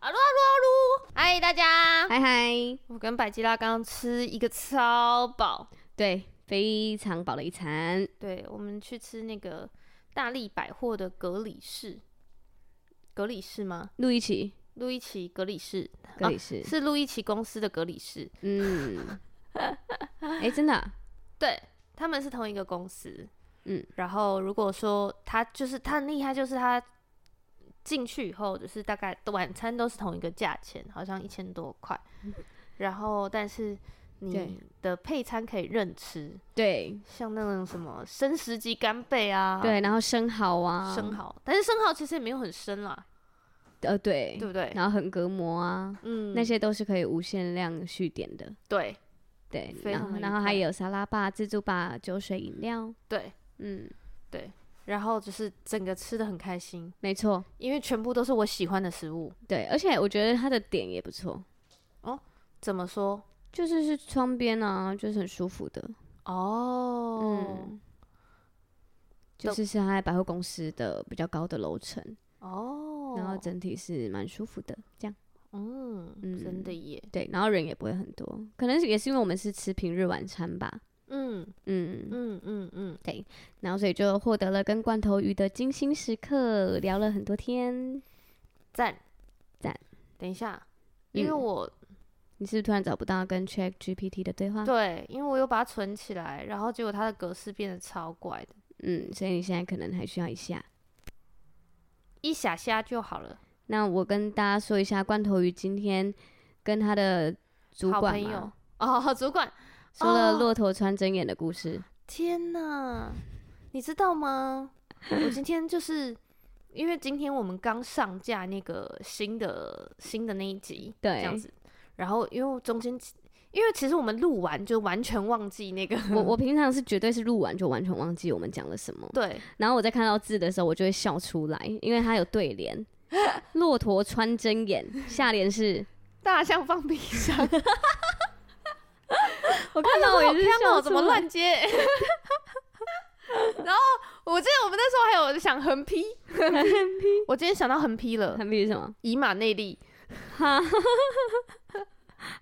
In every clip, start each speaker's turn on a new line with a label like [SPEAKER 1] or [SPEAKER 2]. [SPEAKER 1] 阿鲁阿鲁，嗨大家！
[SPEAKER 2] 嗨嗨，
[SPEAKER 1] 我跟百吉拉刚刚吃一个超饱，
[SPEAKER 2] 对，非常饱的一餐。
[SPEAKER 1] 对我们去吃那个大力百货的格里士，格里士吗？
[SPEAKER 2] 录一期，
[SPEAKER 1] 路易奇格里士
[SPEAKER 2] 可以是，
[SPEAKER 1] 是路易奇公司的格里士，
[SPEAKER 2] 嗯，哎、真的啊、
[SPEAKER 1] 对，他们是同一个公司。
[SPEAKER 2] 嗯，
[SPEAKER 1] 然后如果说他就是他很厉害，就是他进去以后，就是大概晚餐都是同一个价钱，好像一千多块。然后，但是
[SPEAKER 2] 嗯对
[SPEAKER 1] 你的配餐可以任吃，
[SPEAKER 2] 对
[SPEAKER 1] 像那种什么生食级干贝啊，
[SPEAKER 2] 对，，然后生蚝啊，
[SPEAKER 1] 生，蚝，但是生蚝其实也没有很深啦，
[SPEAKER 2] 呃，对
[SPEAKER 1] 对不对？
[SPEAKER 2] 然后横膈膜啊，
[SPEAKER 1] 嗯，
[SPEAKER 2] 那些都是可以无限量续点的。
[SPEAKER 1] 对
[SPEAKER 2] 对，
[SPEAKER 1] 非
[SPEAKER 2] 然
[SPEAKER 1] 常
[SPEAKER 2] 后
[SPEAKER 1] 的
[SPEAKER 2] 然
[SPEAKER 1] 愉
[SPEAKER 2] 后还
[SPEAKER 1] 快
[SPEAKER 2] 有沙拉吧、自助吧、酒水、饮料，
[SPEAKER 1] 对，
[SPEAKER 2] 嗯，
[SPEAKER 1] 然后就是整个吃的很开心，
[SPEAKER 2] 没错，
[SPEAKER 1] 因为全部都是我喜欢的食物。
[SPEAKER 2] 对，而且我觉得它的点也不错，
[SPEAKER 1] 怎么说？
[SPEAKER 2] 就是是窗边啊，就是很舒服的，
[SPEAKER 1] 哦，
[SPEAKER 2] 嗯，就
[SPEAKER 1] 都
[SPEAKER 2] 是是它在百货公司的比较高的楼层，
[SPEAKER 1] 哦，
[SPEAKER 2] 然后整体是蛮舒服的，这样
[SPEAKER 1] 嗯，真的耶，
[SPEAKER 2] 对，然后人也不会很多，可能是也是因为我们是吃平日晚餐吧，
[SPEAKER 1] 嗯
[SPEAKER 2] 嗯，
[SPEAKER 1] 嗯嗯嗯，
[SPEAKER 2] 然后所以就获得了跟罐头鱼的精心时刻，聊了很多天，
[SPEAKER 1] 赞
[SPEAKER 2] 赞。
[SPEAKER 1] 等一下，因为
[SPEAKER 2] 嗯
[SPEAKER 1] 我
[SPEAKER 2] 你是不是突然找不到跟 Chat GPT 的对话？
[SPEAKER 1] 对，因为我有把它存起来，然后结果它的格式变得超怪的，
[SPEAKER 2] 嗯，所以你现在可能还需要一下。
[SPEAKER 1] 一下下就好了。
[SPEAKER 2] 那我跟大家说一下，罐头鱼今天跟他的主
[SPEAKER 1] 好
[SPEAKER 2] 管
[SPEAKER 1] 朋友
[SPEAKER 2] 嘛
[SPEAKER 1] 哦， 主管，
[SPEAKER 2] 说了
[SPEAKER 1] 哦
[SPEAKER 2] 骆驼穿针眼的故事。
[SPEAKER 1] 天哪，你知道吗？我今天就是。因为今天我们刚上架那个新的新的那一集，
[SPEAKER 2] 对
[SPEAKER 1] 这样子。然后因为我中间，因为其实我们录完就完全忘记那个，
[SPEAKER 2] 我我平常是绝对是录完就完全忘记我们讲了什么，
[SPEAKER 1] 对
[SPEAKER 2] 然后我在看到字的时候，我就会笑出来，因为它有对 联。骆驼穿针眼，下联是，
[SPEAKER 1] 大象放冰箱，
[SPEAKER 2] 我看到我也是
[SPEAKER 1] 天
[SPEAKER 2] 笑
[SPEAKER 1] 哪，
[SPEAKER 2] 出来
[SPEAKER 1] 怎么乱接？ 然后我记得我们那时候还有想横 批，我今天想到横批了，
[SPEAKER 2] 横批是什么？
[SPEAKER 1] 以马内利。
[SPEAKER 2] 哈，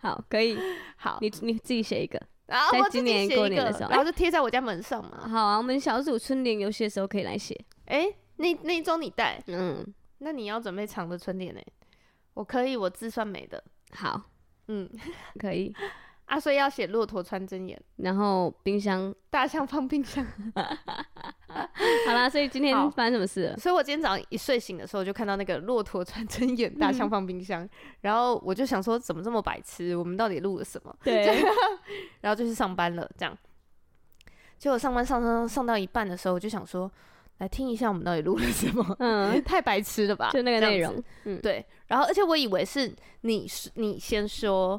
[SPEAKER 2] 好，可以，
[SPEAKER 1] 好，
[SPEAKER 2] 你你自己写一个。
[SPEAKER 1] 然后
[SPEAKER 2] 在
[SPEAKER 1] 我自
[SPEAKER 2] 今
[SPEAKER 1] 己
[SPEAKER 2] 年
[SPEAKER 1] 写
[SPEAKER 2] 过
[SPEAKER 1] 一
[SPEAKER 2] 年
[SPEAKER 1] 个
[SPEAKER 2] 的时，候
[SPEAKER 1] 然后就贴在我家门上嘛。
[SPEAKER 2] 好啊，我们小组春联游戏的时候可以来写。
[SPEAKER 1] 哎，那那一周你带，
[SPEAKER 2] 嗯，
[SPEAKER 1] 那你要准备长的春联呢？我可以，我字算美的。
[SPEAKER 2] 好，
[SPEAKER 1] 嗯，
[SPEAKER 2] 可以。
[SPEAKER 1] 啊，所以要写骆驼穿针眼，
[SPEAKER 2] 然后冰箱，
[SPEAKER 1] 大象放冰箱。
[SPEAKER 2] 好啦，所以今天
[SPEAKER 1] 好
[SPEAKER 2] 发生什么事了？
[SPEAKER 1] 所以我今天早上一睡醒的时候，就看到那个骆驼穿针眼，大
[SPEAKER 2] 嗯
[SPEAKER 1] 象放冰箱，然后我就想说，怎么这么白痴？我们到底录了什么？
[SPEAKER 2] 对，
[SPEAKER 1] 然后就去上班了，这样。结果上班上上上到一半的时候，我就想说，来听一下我们到底录了什么，
[SPEAKER 2] 嗯，
[SPEAKER 1] 太白痴了吧？
[SPEAKER 2] 就那个
[SPEAKER 1] 这样
[SPEAKER 2] 内
[SPEAKER 1] 子
[SPEAKER 2] 容，嗯，
[SPEAKER 1] 对，然后而且我以为是你是你先说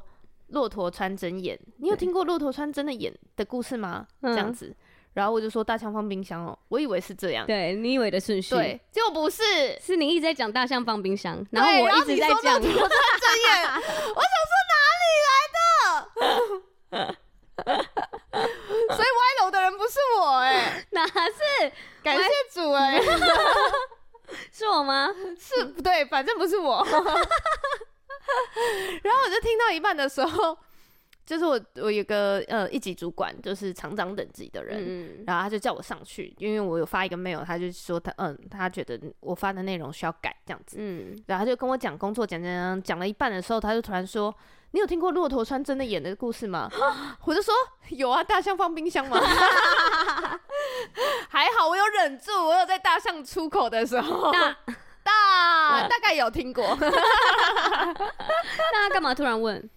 [SPEAKER 1] 骆驼穿针眼，你有
[SPEAKER 2] 对
[SPEAKER 1] 听过骆驼穿针的眼的故事吗？这样
[SPEAKER 2] 嗯
[SPEAKER 1] 子，然后我就说大象放冰箱哦，我以为是这样，
[SPEAKER 2] 对你以为的顺序，
[SPEAKER 1] 对，结果不是，
[SPEAKER 2] 是你一直在讲大象放冰箱，
[SPEAKER 1] 对
[SPEAKER 2] 然后我
[SPEAKER 1] 然后
[SPEAKER 2] 一直
[SPEAKER 1] 你
[SPEAKER 2] 在
[SPEAKER 1] 说
[SPEAKER 2] 讲
[SPEAKER 1] 骆，驼穿针眼，我想说哪里来的？ 所以歪楼的人不是我哎、
[SPEAKER 2] 哪是
[SPEAKER 1] 感谢主哎、
[SPEAKER 2] 是我吗？
[SPEAKER 1] 是不对，反正不是我。 然后我就听到一半的时候，就是我我有个呃一级主管，就是厂长等级的人，
[SPEAKER 2] 嗯，
[SPEAKER 1] 然后他就叫我上去，因为我有发一个 mail，他就说他嗯，他觉得我发的内容需要改这样子。
[SPEAKER 2] 嗯，
[SPEAKER 1] 然后他就跟我讲工作，讲讲讲，讲了一半的时候，他就突然说：“你有听过骆驼穿针的眼的故事吗？” 我就说：“有啊，大象放冰箱吗？” 还好我有忍住，我有在大象出口的时候，
[SPEAKER 2] 大
[SPEAKER 1] 大大概有听过。
[SPEAKER 2] 那他干嘛突然问？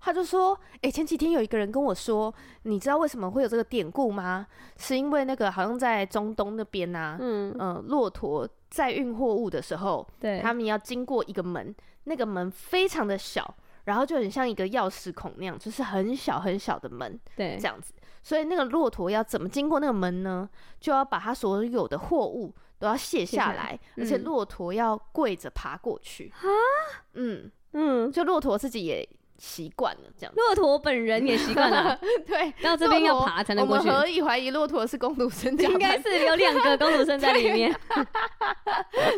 [SPEAKER 1] 他就说：“哎、前几天有一个人跟我说，你知道为什么会有这个典故吗？是因为那个好像在中东那边呐、啊，
[SPEAKER 2] 嗯，
[SPEAKER 1] 嗯、骆驼在运货物的时候，
[SPEAKER 2] 对，
[SPEAKER 1] 他们要经过一个门，那个门非常的小，然后就很像一个钥匙孔那样，就是很小很小的门
[SPEAKER 2] 对
[SPEAKER 1] 这，样子。所以那个骆驼要怎么经过那个门呢？就要把它所有的货物都要卸
[SPEAKER 2] 卸下
[SPEAKER 1] 下
[SPEAKER 2] 来
[SPEAKER 1] 来，而且
[SPEAKER 2] 嗯
[SPEAKER 1] 骆驼要跪着爬过去。嗯，
[SPEAKER 2] 嗯，
[SPEAKER 1] 就骆驼自己也习惯了 这样子。
[SPEAKER 2] 骆驼本人也习 惯了，
[SPEAKER 1] 对，
[SPEAKER 2] 到这边要
[SPEAKER 1] 骆驼
[SPEAKER 2] 爬才能
[SPEAKER 1] 我
[SPEAKER 2] 过
[SPEAKER 1] 们
[SPEAKER 2] 去，
[SPEAKER 1] 何以怀疑骆驼是工读生加
[SPEAKER 2] 应该
[SPEAKER 1] 班？
[SPEAKER 2] 是有两个公主生在里 面。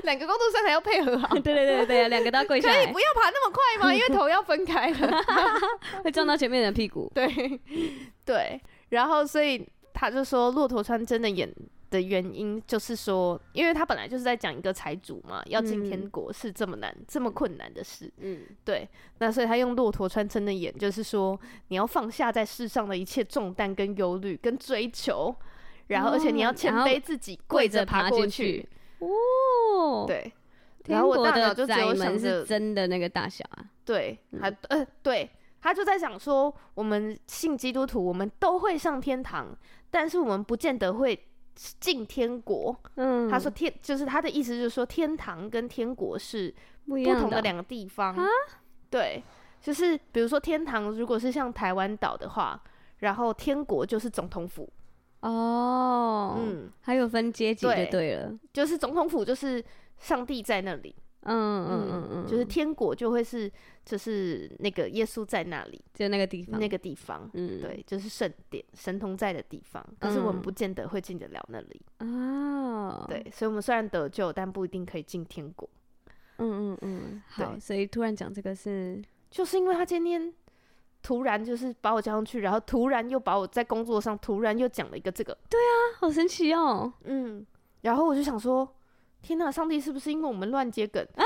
[SPEAKER 1] 两个工读生还要配合 好
[SPEAKER 2] 对。对对对对，两个都要跪下
[SPEAKER 1] 可以
[SPEAKER 2] 来
[SPEAKER 1] 不，要爬那么快吗？因为头要分开了。
[SPEAKER 2] 会撞到前面的屁股。
[SPEAKER 1] 对对，然后所以他就说骆驼川真的演的原因，就是说，因为他本来就是在讲一个财主嘛，要进天
[SPEAKER 2] 嗯
[SPEAKER 1] 国是这么难、这么困难的事。
[SPEAKER 2] 嗯，
[SPEAKER 1] 对，那所以他用骆驼川真的演，就是说你要放下在世上的一切重担跟忧虑跟追求，然后而且你要
[SPEAKER 2] 哦
[SPEAKER 1] 谦
[SPEAKER 2] 然后
[SPEAKER 1] 卑自己，
[SPEAKER 2] 跪
[SPEAKER 1] 跪
[SPEAKER 2] 着
[SPEAKER 1] 着
[SPEAKER 2] 爬
[SPEAKER 1] 爬
[SPEAKER 2] 进
[SPEAKER 1] 过
[SPEAKER 2] 去
[SPEAKER 1] 去。
[SPEAKER 2] 哦，，
[SPEAKER 1] 对，然
[SPEAKER 2] 天
[SPEAKER 1] 后我
[SPEAKER 2] 国
[SPEAKER 1] 大脑
[SPEAKER 2] 的
[SPEAKER 1] 就只
[SPEAKER 2] 窄
[SPEAKER 1] 有想
[SPEAKER 2] 门
[SPEAKER 1] 着
[SPEAKER 2] 是真的那个大小啊。
[SPEAKER 1] 对，还呃对，他就在讲说，我们信基督徒，我们都会上天堂，但是我们不见得会进天国。
[SPEAKER 2] 嗯
[SPEAKER 1] 他说天就是他的意思，就是说天堂跟天国是
[SPEAKER 2] 不一
[SPEAKER 1] 不
[SPEAKER 2] 样
[SPEAKER 1] 同的
[SPEAKER 2] 的
[SPEAKER 1] 两个地方
[SPEAKER 2] 啊。
[SPEAKER 1] 对，就是比如说天堂如果是像台湾岛的话，然后天国就是总统府，
[SPEAKER 2] 哦，嗯，
[SPEAKER 1] 嗯，
[SPEAKER 2] 还有分阶级就
[SPEAKER 1] 对
[SPEAKER 2] 对了。
[SPEAKER 1] 就是总统府就是上帝在那里，
[SPEAKER 2] 嗯嗯嗯嗯，
[SPEAKER 1] 就是天国就会是就是那个耶稣在那里
[SPEAKER 2] 就那个地方，
[SPEAKER 1] 那个地方。
[SPEAKER 2] 嗯，
[SPEAKER 1] 对，就是圣殿，神同在的地方。可是我们
[SPEAKER 2] 嗯
[SPEAKER 1] 不见得会进得了那里。
[SPEAKER 2] 哦，，
[SPEAKER 1] 对，所以我们虽然得救，但不一定可以进天国。
[SPEAKER 2] 嗯嗯嗯，好，
[SPEAKER 1] 对
[SPEAKER 2] 所以突然讲这个是，
[SPEAKER 1] 就是因为他今天突然就是把我叫上去，然后突然又把我在工作上突然又讲了一个这个，
[SPEAKER 2] 啊好神奇哦，
[SPEAKER 1] 嗯，然后我就想说，天哪，上帝是不是因为我们乱接 梗，
[SPEAKER 2] 来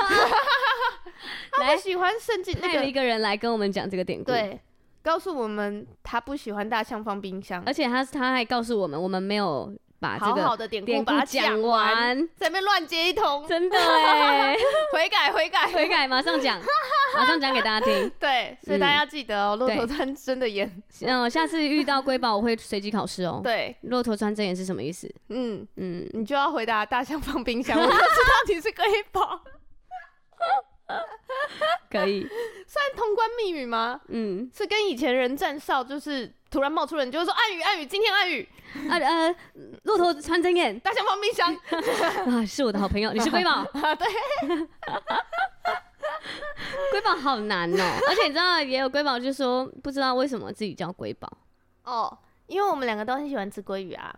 [SPEAKER 1] 他喜欢圣经
[SPEAKER 2] 派了
[SPEAKER 1] 那
[SPEAKER 2] 一
[SPEAKER 1] 个？
[SPEAKER 2] 个人来跟我们讲这个典故，，
[SPEAKER 1] 对，告诉我们他不喜欢大象放冰箱
[SPEAKER 2] 而，且他他还告诉我们，我们没有把这
[SPEAKER 1] 好好
[SPEAKER 2] 个
[SPEAKER 1] 的典
[SPEAKER 2] 典
[SPEAKER 1] 故把它
[SPEAKER 2] 讲
[SPEAKER 1] 讲完，
[SPEAKER 2] 完，
[SPEAKER 1] 在那边乱接一通，
[SPEAKER 2] 真的 哎，
[SPEAKER 1] 悔改悔改。
[SPEAKER 2] 悔改马上讲， 马上讲给大家听。
[SPEAKER 1] 对，所以大家要记得哦，骆驼川真的演
[SPEAKER 2] 嗯，下次遇到瑰宝我会随机考试哦。
[SPEAKER 1] 对，
[SPEAKER 2] 骆驼穿针眼是什么意思？
[SPEAKER 1] 嗯，
[SPEAKER 2] 嗯，
[SPEAKER 1] 你就要回答大象放冰 箱，我就知道你是瑰宝，
[SPEAKER 2] 可以，
[SPEAKER 1] 算通关密语吗？
[SPEAKER 2] 嗯，
[SPEAKER 1] 是跟以前人站哨，就是突然冒出人，你就会说暗语暗语，今天暗语，
[SPEAKER 2] 啊呃，骆驼穿针眼
[SPEAKER 1] 大象放冰 箱，
[SPEAKER 2] 啊，是我的好朋友， 你是瑰宝，
[SPEAKER 1] 对，
[SPEAKER 2] 瑰宝好难哦、而且你知道，也有瑰宝就说不知道为什么自己叫瑰宝，
[SPEAKER 1] 哦，因为我们两个都很喜欢吃鲑鱼啊，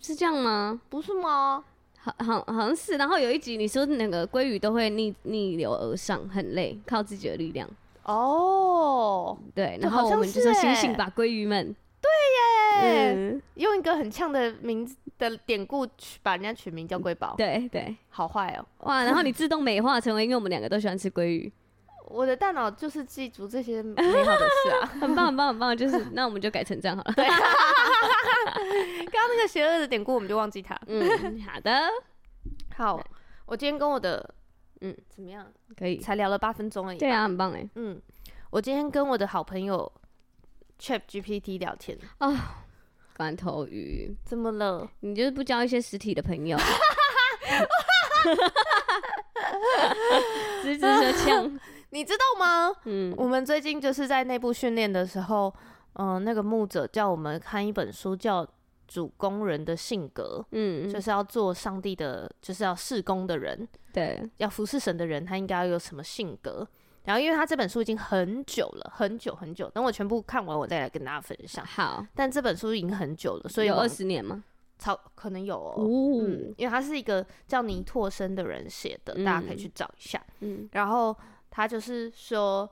[SPEAKER 2] 是这样吗？
[SPEAKER 1] 不是吗？
[SPEAKER 2] 好好好像是。然后有一集你说那个鲑鱼都会逆逆流而上，很累，靠自己的力量。
[SPEAKER 1] 哦，
[SPEAKER 2] 对，
[SPEAKER 1] 对
[SPEAKER 2] 然后我
[SPEAKER 1] 好
[SPEAKER 2] 们
[SPEAKER 1] 像
[SPEAKER 2] 就是说
[SPEAKER 1] 欸
[SPEAKER 2] 醒醒吧，鲑鱼们。
[SPEAKER 1] 哎、
[SPEAKER 2] 嗯，
[SPEAKER 1] 用一个很呛的名字的典故取把人家取名叫瑰宝，
[SPEAKER 2] 对对。
[SPEAKER 1] 好坏哦。
[SPEAKER 2] 哇，然后你自动美化成为，因为我们两个都喜欢吃鲑鱼，
[SPEAKER 1] 我的大脑就是记住这些美好的事啊。
[SPEAKER 2] 很棒很棒很棒，就是那我们就改成这样好了。
[SPEAKER 1] 刚刚那个邪恶的典故，我们就忘记它。
[SPEAKER 2] 嗯，好的，
[SPEAKER 1] 好，我今天跟我的，
[SPEAKER 2] 嗯
[SPEAKER 1] 嗯，怎么样？
[SPEAKER 2] 可以。
[SPEAKER 1] 才聊了八分钟而已。
[SPEAKER 2] 对，啊，很棒哎。
[SPEAKER 1] 嗯，我今天跟我的好朋友 Chat GPT 聊天，
[SPEAKER 2] 罐头鱼，
[SPEAKER 1] 怎么了？
[SPEAKER 2] 你就是不交一些实体的朋友， 直直的呛。
[SPEAKER 1] 你知道吗？
[SPEAKER 2] 嗯，
[SPEAKER 1] 我们最近就是在内部训练的时候，嗯、那个牧者叫我们看一本书，叫《主工人的性格》。
[SPEAKER 2] 嗯，
[SPEAKER 1] 就是要做上帝的，就是要事工的人，
[SPEAKER 2] 对，
[SPEAKER 1] 要服侍神的人，他应该要有什么性格？然后，因为他这本书已经很久了，很久很久，等我全部看完，我再来跟大家分享。
[SPEAKER 2] 好，
[SPEAKER 1] 但这本书已经很久了，所以
[SPEAKER 2] 有
[SPEAKER 1] 网
[SPEAKER 2] 二十年吗？
[SPEAKER 1] 超可能有哦，
[SPEAKER 2] 哦
[SPEAKER 1] 嗯，因为他是一个叫尼拓生的人写的，
[SPEAKER 2] 嗯
[SPEAKER 1] 大家可以去找一下。
[SPEAKER 2] 嗯
[SPEAKER 1] 然后他就是说，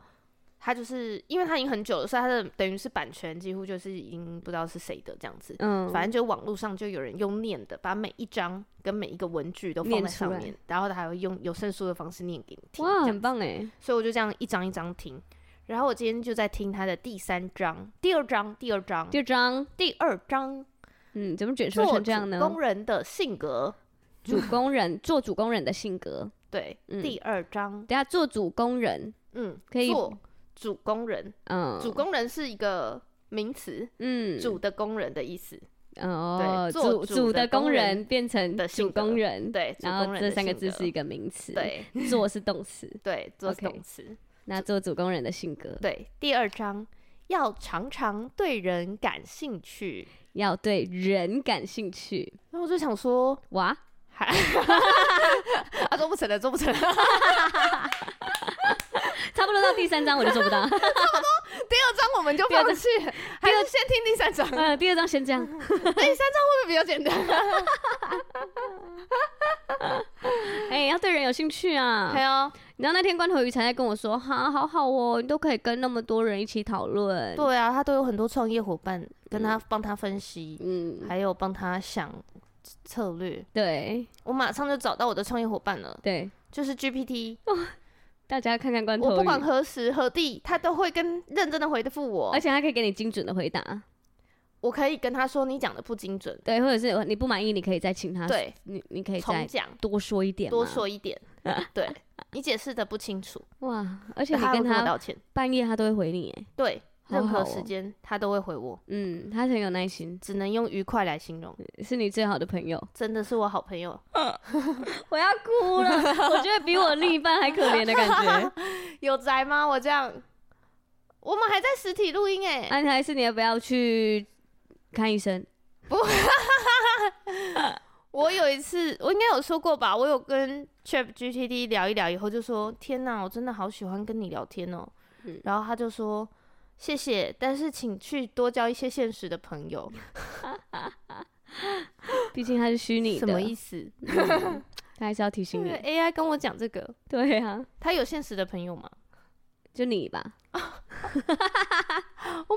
[SPEAKER 1] 他就是因为他已经很久了，所以他的等于是版权几乎就是已经不知道是谁的这样子。
[SPEAKER 2] 嗯，
[SPEAKER 1] 反正就网络上就有人用念的，把每一章跟每一个文句都放
[SPEAKER 2] 念
[SPEAKER 1] 在
[SPEAKER 2] 出
[SPEAKER 1] 上
[SPEAKER 2] 来
[SPEAKER 1] 面，然后他还会用有声书的方式念给你听。
[SPEAKER 2] 哇，
[SPEAKER 1] 这
[SPEAKER 2] 很
[SPEAKER 1] 样，
[SPEAKER 2] 棒哎，
[SPEAKER 1] 所以我就这样一章一章听。然后我今天就在听他的第三章、第二章、第二章、
[SPEAKER 2] 第二张，
[SPEAKER 1] 第二章，
[SPEAKER 2] 嗯，怎么卷
[SPEAKER 1] 做
[SPEAKER 2] 舌成
[SPEAKER 1] 主
[SPEAKER 2] 这样呢？
[SPEAKER 1] 工人的性格，
[SPEAKER 2] 主工人做主工人的性格，
[SPEAKER 1] 对，
[SPEAKER 2] 嗯
[SPEAKER 1] 第二章，
[SPEAKER 2] 等下做主工人，
[SPEAKER 1] 嗯，
[SPEAKER 2] 可以
[SPEAKER 1] 做主工人，
[SPEAKER 2] 嗯，
[SPEAKER 1] 主工人是一个名词，
[SPEAKER 2] 嗯
[SPEAKER 1] 主的工人的意思。
[SPEAKER 2] 哦，
[SPEAKER 1] 对
[SPEAKER 2] 主
[SPEAKER 1] 做主
[SPEAKER 2] 主
[SPEAKER 1] 的
[SPEAKER 2] 的工
[SPEAKER 1] 工人
[SPEAKER 2] 人变成
[SPEAKER 1] 的
[SPEAKER 2] 主
[SPEAKER 1] 性格
[SPEAKER 2] 工人，
[SPEAKER 1] 对，主
[SPEAKER 2] 然
[SPEAKER 1] 工
[SPEAKER 2] 后
[SPEAKER 1] 人
[SPEAKER 2] 这
[SPEAKER 1] 的
[SPEAKER 2] 三个
[SPEAKER 1] 性
[SPEAKER 2] 字
[SPEAKER 1] 格
[SPEAKER 2] 是一个名词，，
[SPEAKER 1] 对
[SPEAKER 2] 做是动词。
[SPEAKER 1] 对，做
[SPEAKER 2] OK
[SPEAKER 1] 动词。
[SPEAKER 2] 那做主工人的性格，
[SPEAKER 1] 对，第二章要常常对人感兴趣。
[SPEAKER 2] 要对人感兴趣。
[SPEAKER 1] 然后我就想说，
[SPEAKER 2] 哇，
[SPEAKER 1] 还 啊，做不成了，做不成了。
[SPEAKER 2] 差不多到第三章我就做 不到。
[SPEAKER 1] 第二章我们就放弃， 还是先听第三 章，
[SPEAKER 2] 呃，第二章先这样。
[SPEAKER 1] 会不会比较简 单？
[SPEAKER 2] 哎、要对人有兴趣 啊。
[SPEAKER 1] 还有，
[SPEAKER 2] 然后那天关头鱼才在跟我说，哈，好好哦，你都可以跟那么多人一起讨论。
[SPEAKER 1] 对啊，他都有很多创业伙伴跟他帮他分析，
[SPEAKER 2] 嗯，
[SPEAKER 1] 还有帮他想策略。
[SPEAKER 2] 对
[SPEAKER 1] 我马上就找到我的创业伙伴了，
[SPEAKER 2] 对，
[SPEAKER 1] 就是 GPT。
[SPEAKER 2] 大家看看关头
[SPEAKER 1] 我
[SPEAKER 2] 鱼，
[SPEAKER 1] 不管何时何地，他都会跟认真的回复我
[SPEAKER 2] 而，且他可以给你精准的回答。
[SPEAKER 1] 我可以跟他说你讲的不精准，
[SPEAKER 2] 对，或者是你不满意，你可以再请他，
[SPEAKER 1] 对，
[SPEAKER 2] 你你可以
[SPEAKER 1] 重
[SPEAKER 2] 再
[SPEAKER 1] 讲。
[SPEAKER 2] 多说一点嘛，
[SPEAKER 1] 多说一 点，对你解释的不清楚，
[SPEAKER 2] 哇！而且
[SPEAKER 1] 但
[SPEAKER 2] 你
[SPEAKER 1] 他会
[SPEAKER 2] 跟
[SPEAKER 1] 跟我
[SPEAKER 2] 他
[SPEAKER 1] 道歉。
[SPEAKER 2] 半夜他都会回你，哎，
[SPEAKER 1] 对，
[SPEAKER 2] 好
[SPEAKER 1] 任
[SPEAKER 2] 好
[SPEAKER 1] 何
[SPEAKER 2] 哦
[SPEAKER 1] 时间他都会回我，
[SPEAKER 2] 嗯，他很有耐心，
[SPEAKER 1] 只能用愉快来形容，
[SPEAKER 2] 是你最好的朋友。
[SPEAKER 1] 真的是我好朋友。
[SPEAKER 2] 我要哭 了，我觉得比我另一半还可怜的感 觉。
[SPEAKER 1] 有宅吗？我这样，我们还在实体录音哎、
[SPEAKER 2] 安还是你要不要去看医生？
[SPEAKER 1] 我有一次，我应该有说过吧，我有跟 Chat GPT 聊一聊，以后就说：“天哪，我真的好喜欢跟你聊天哦。
[SPEAKER 2] 嗯
[SPEAKER 1] 然后他就说：“谢谢，但是请去多交一些现实的朋友。
[SPEAKER 2] 毕竟他是虚”拟的，
[SPEAKER 1] 什么意思？
[SPEAKER 2] 嗯他还是要提醒
[SPEAKER 1] 因
[SPEAKER 2] 你
[SPEAKER 1] 为。AI 跟我讲这个，
[SPEAKER 2] 对啊，
[SPEAKER 1] 他有现实的朋友吗
[SPEAKER 2] 就你吧，
[SPEAKER 1] ？Oh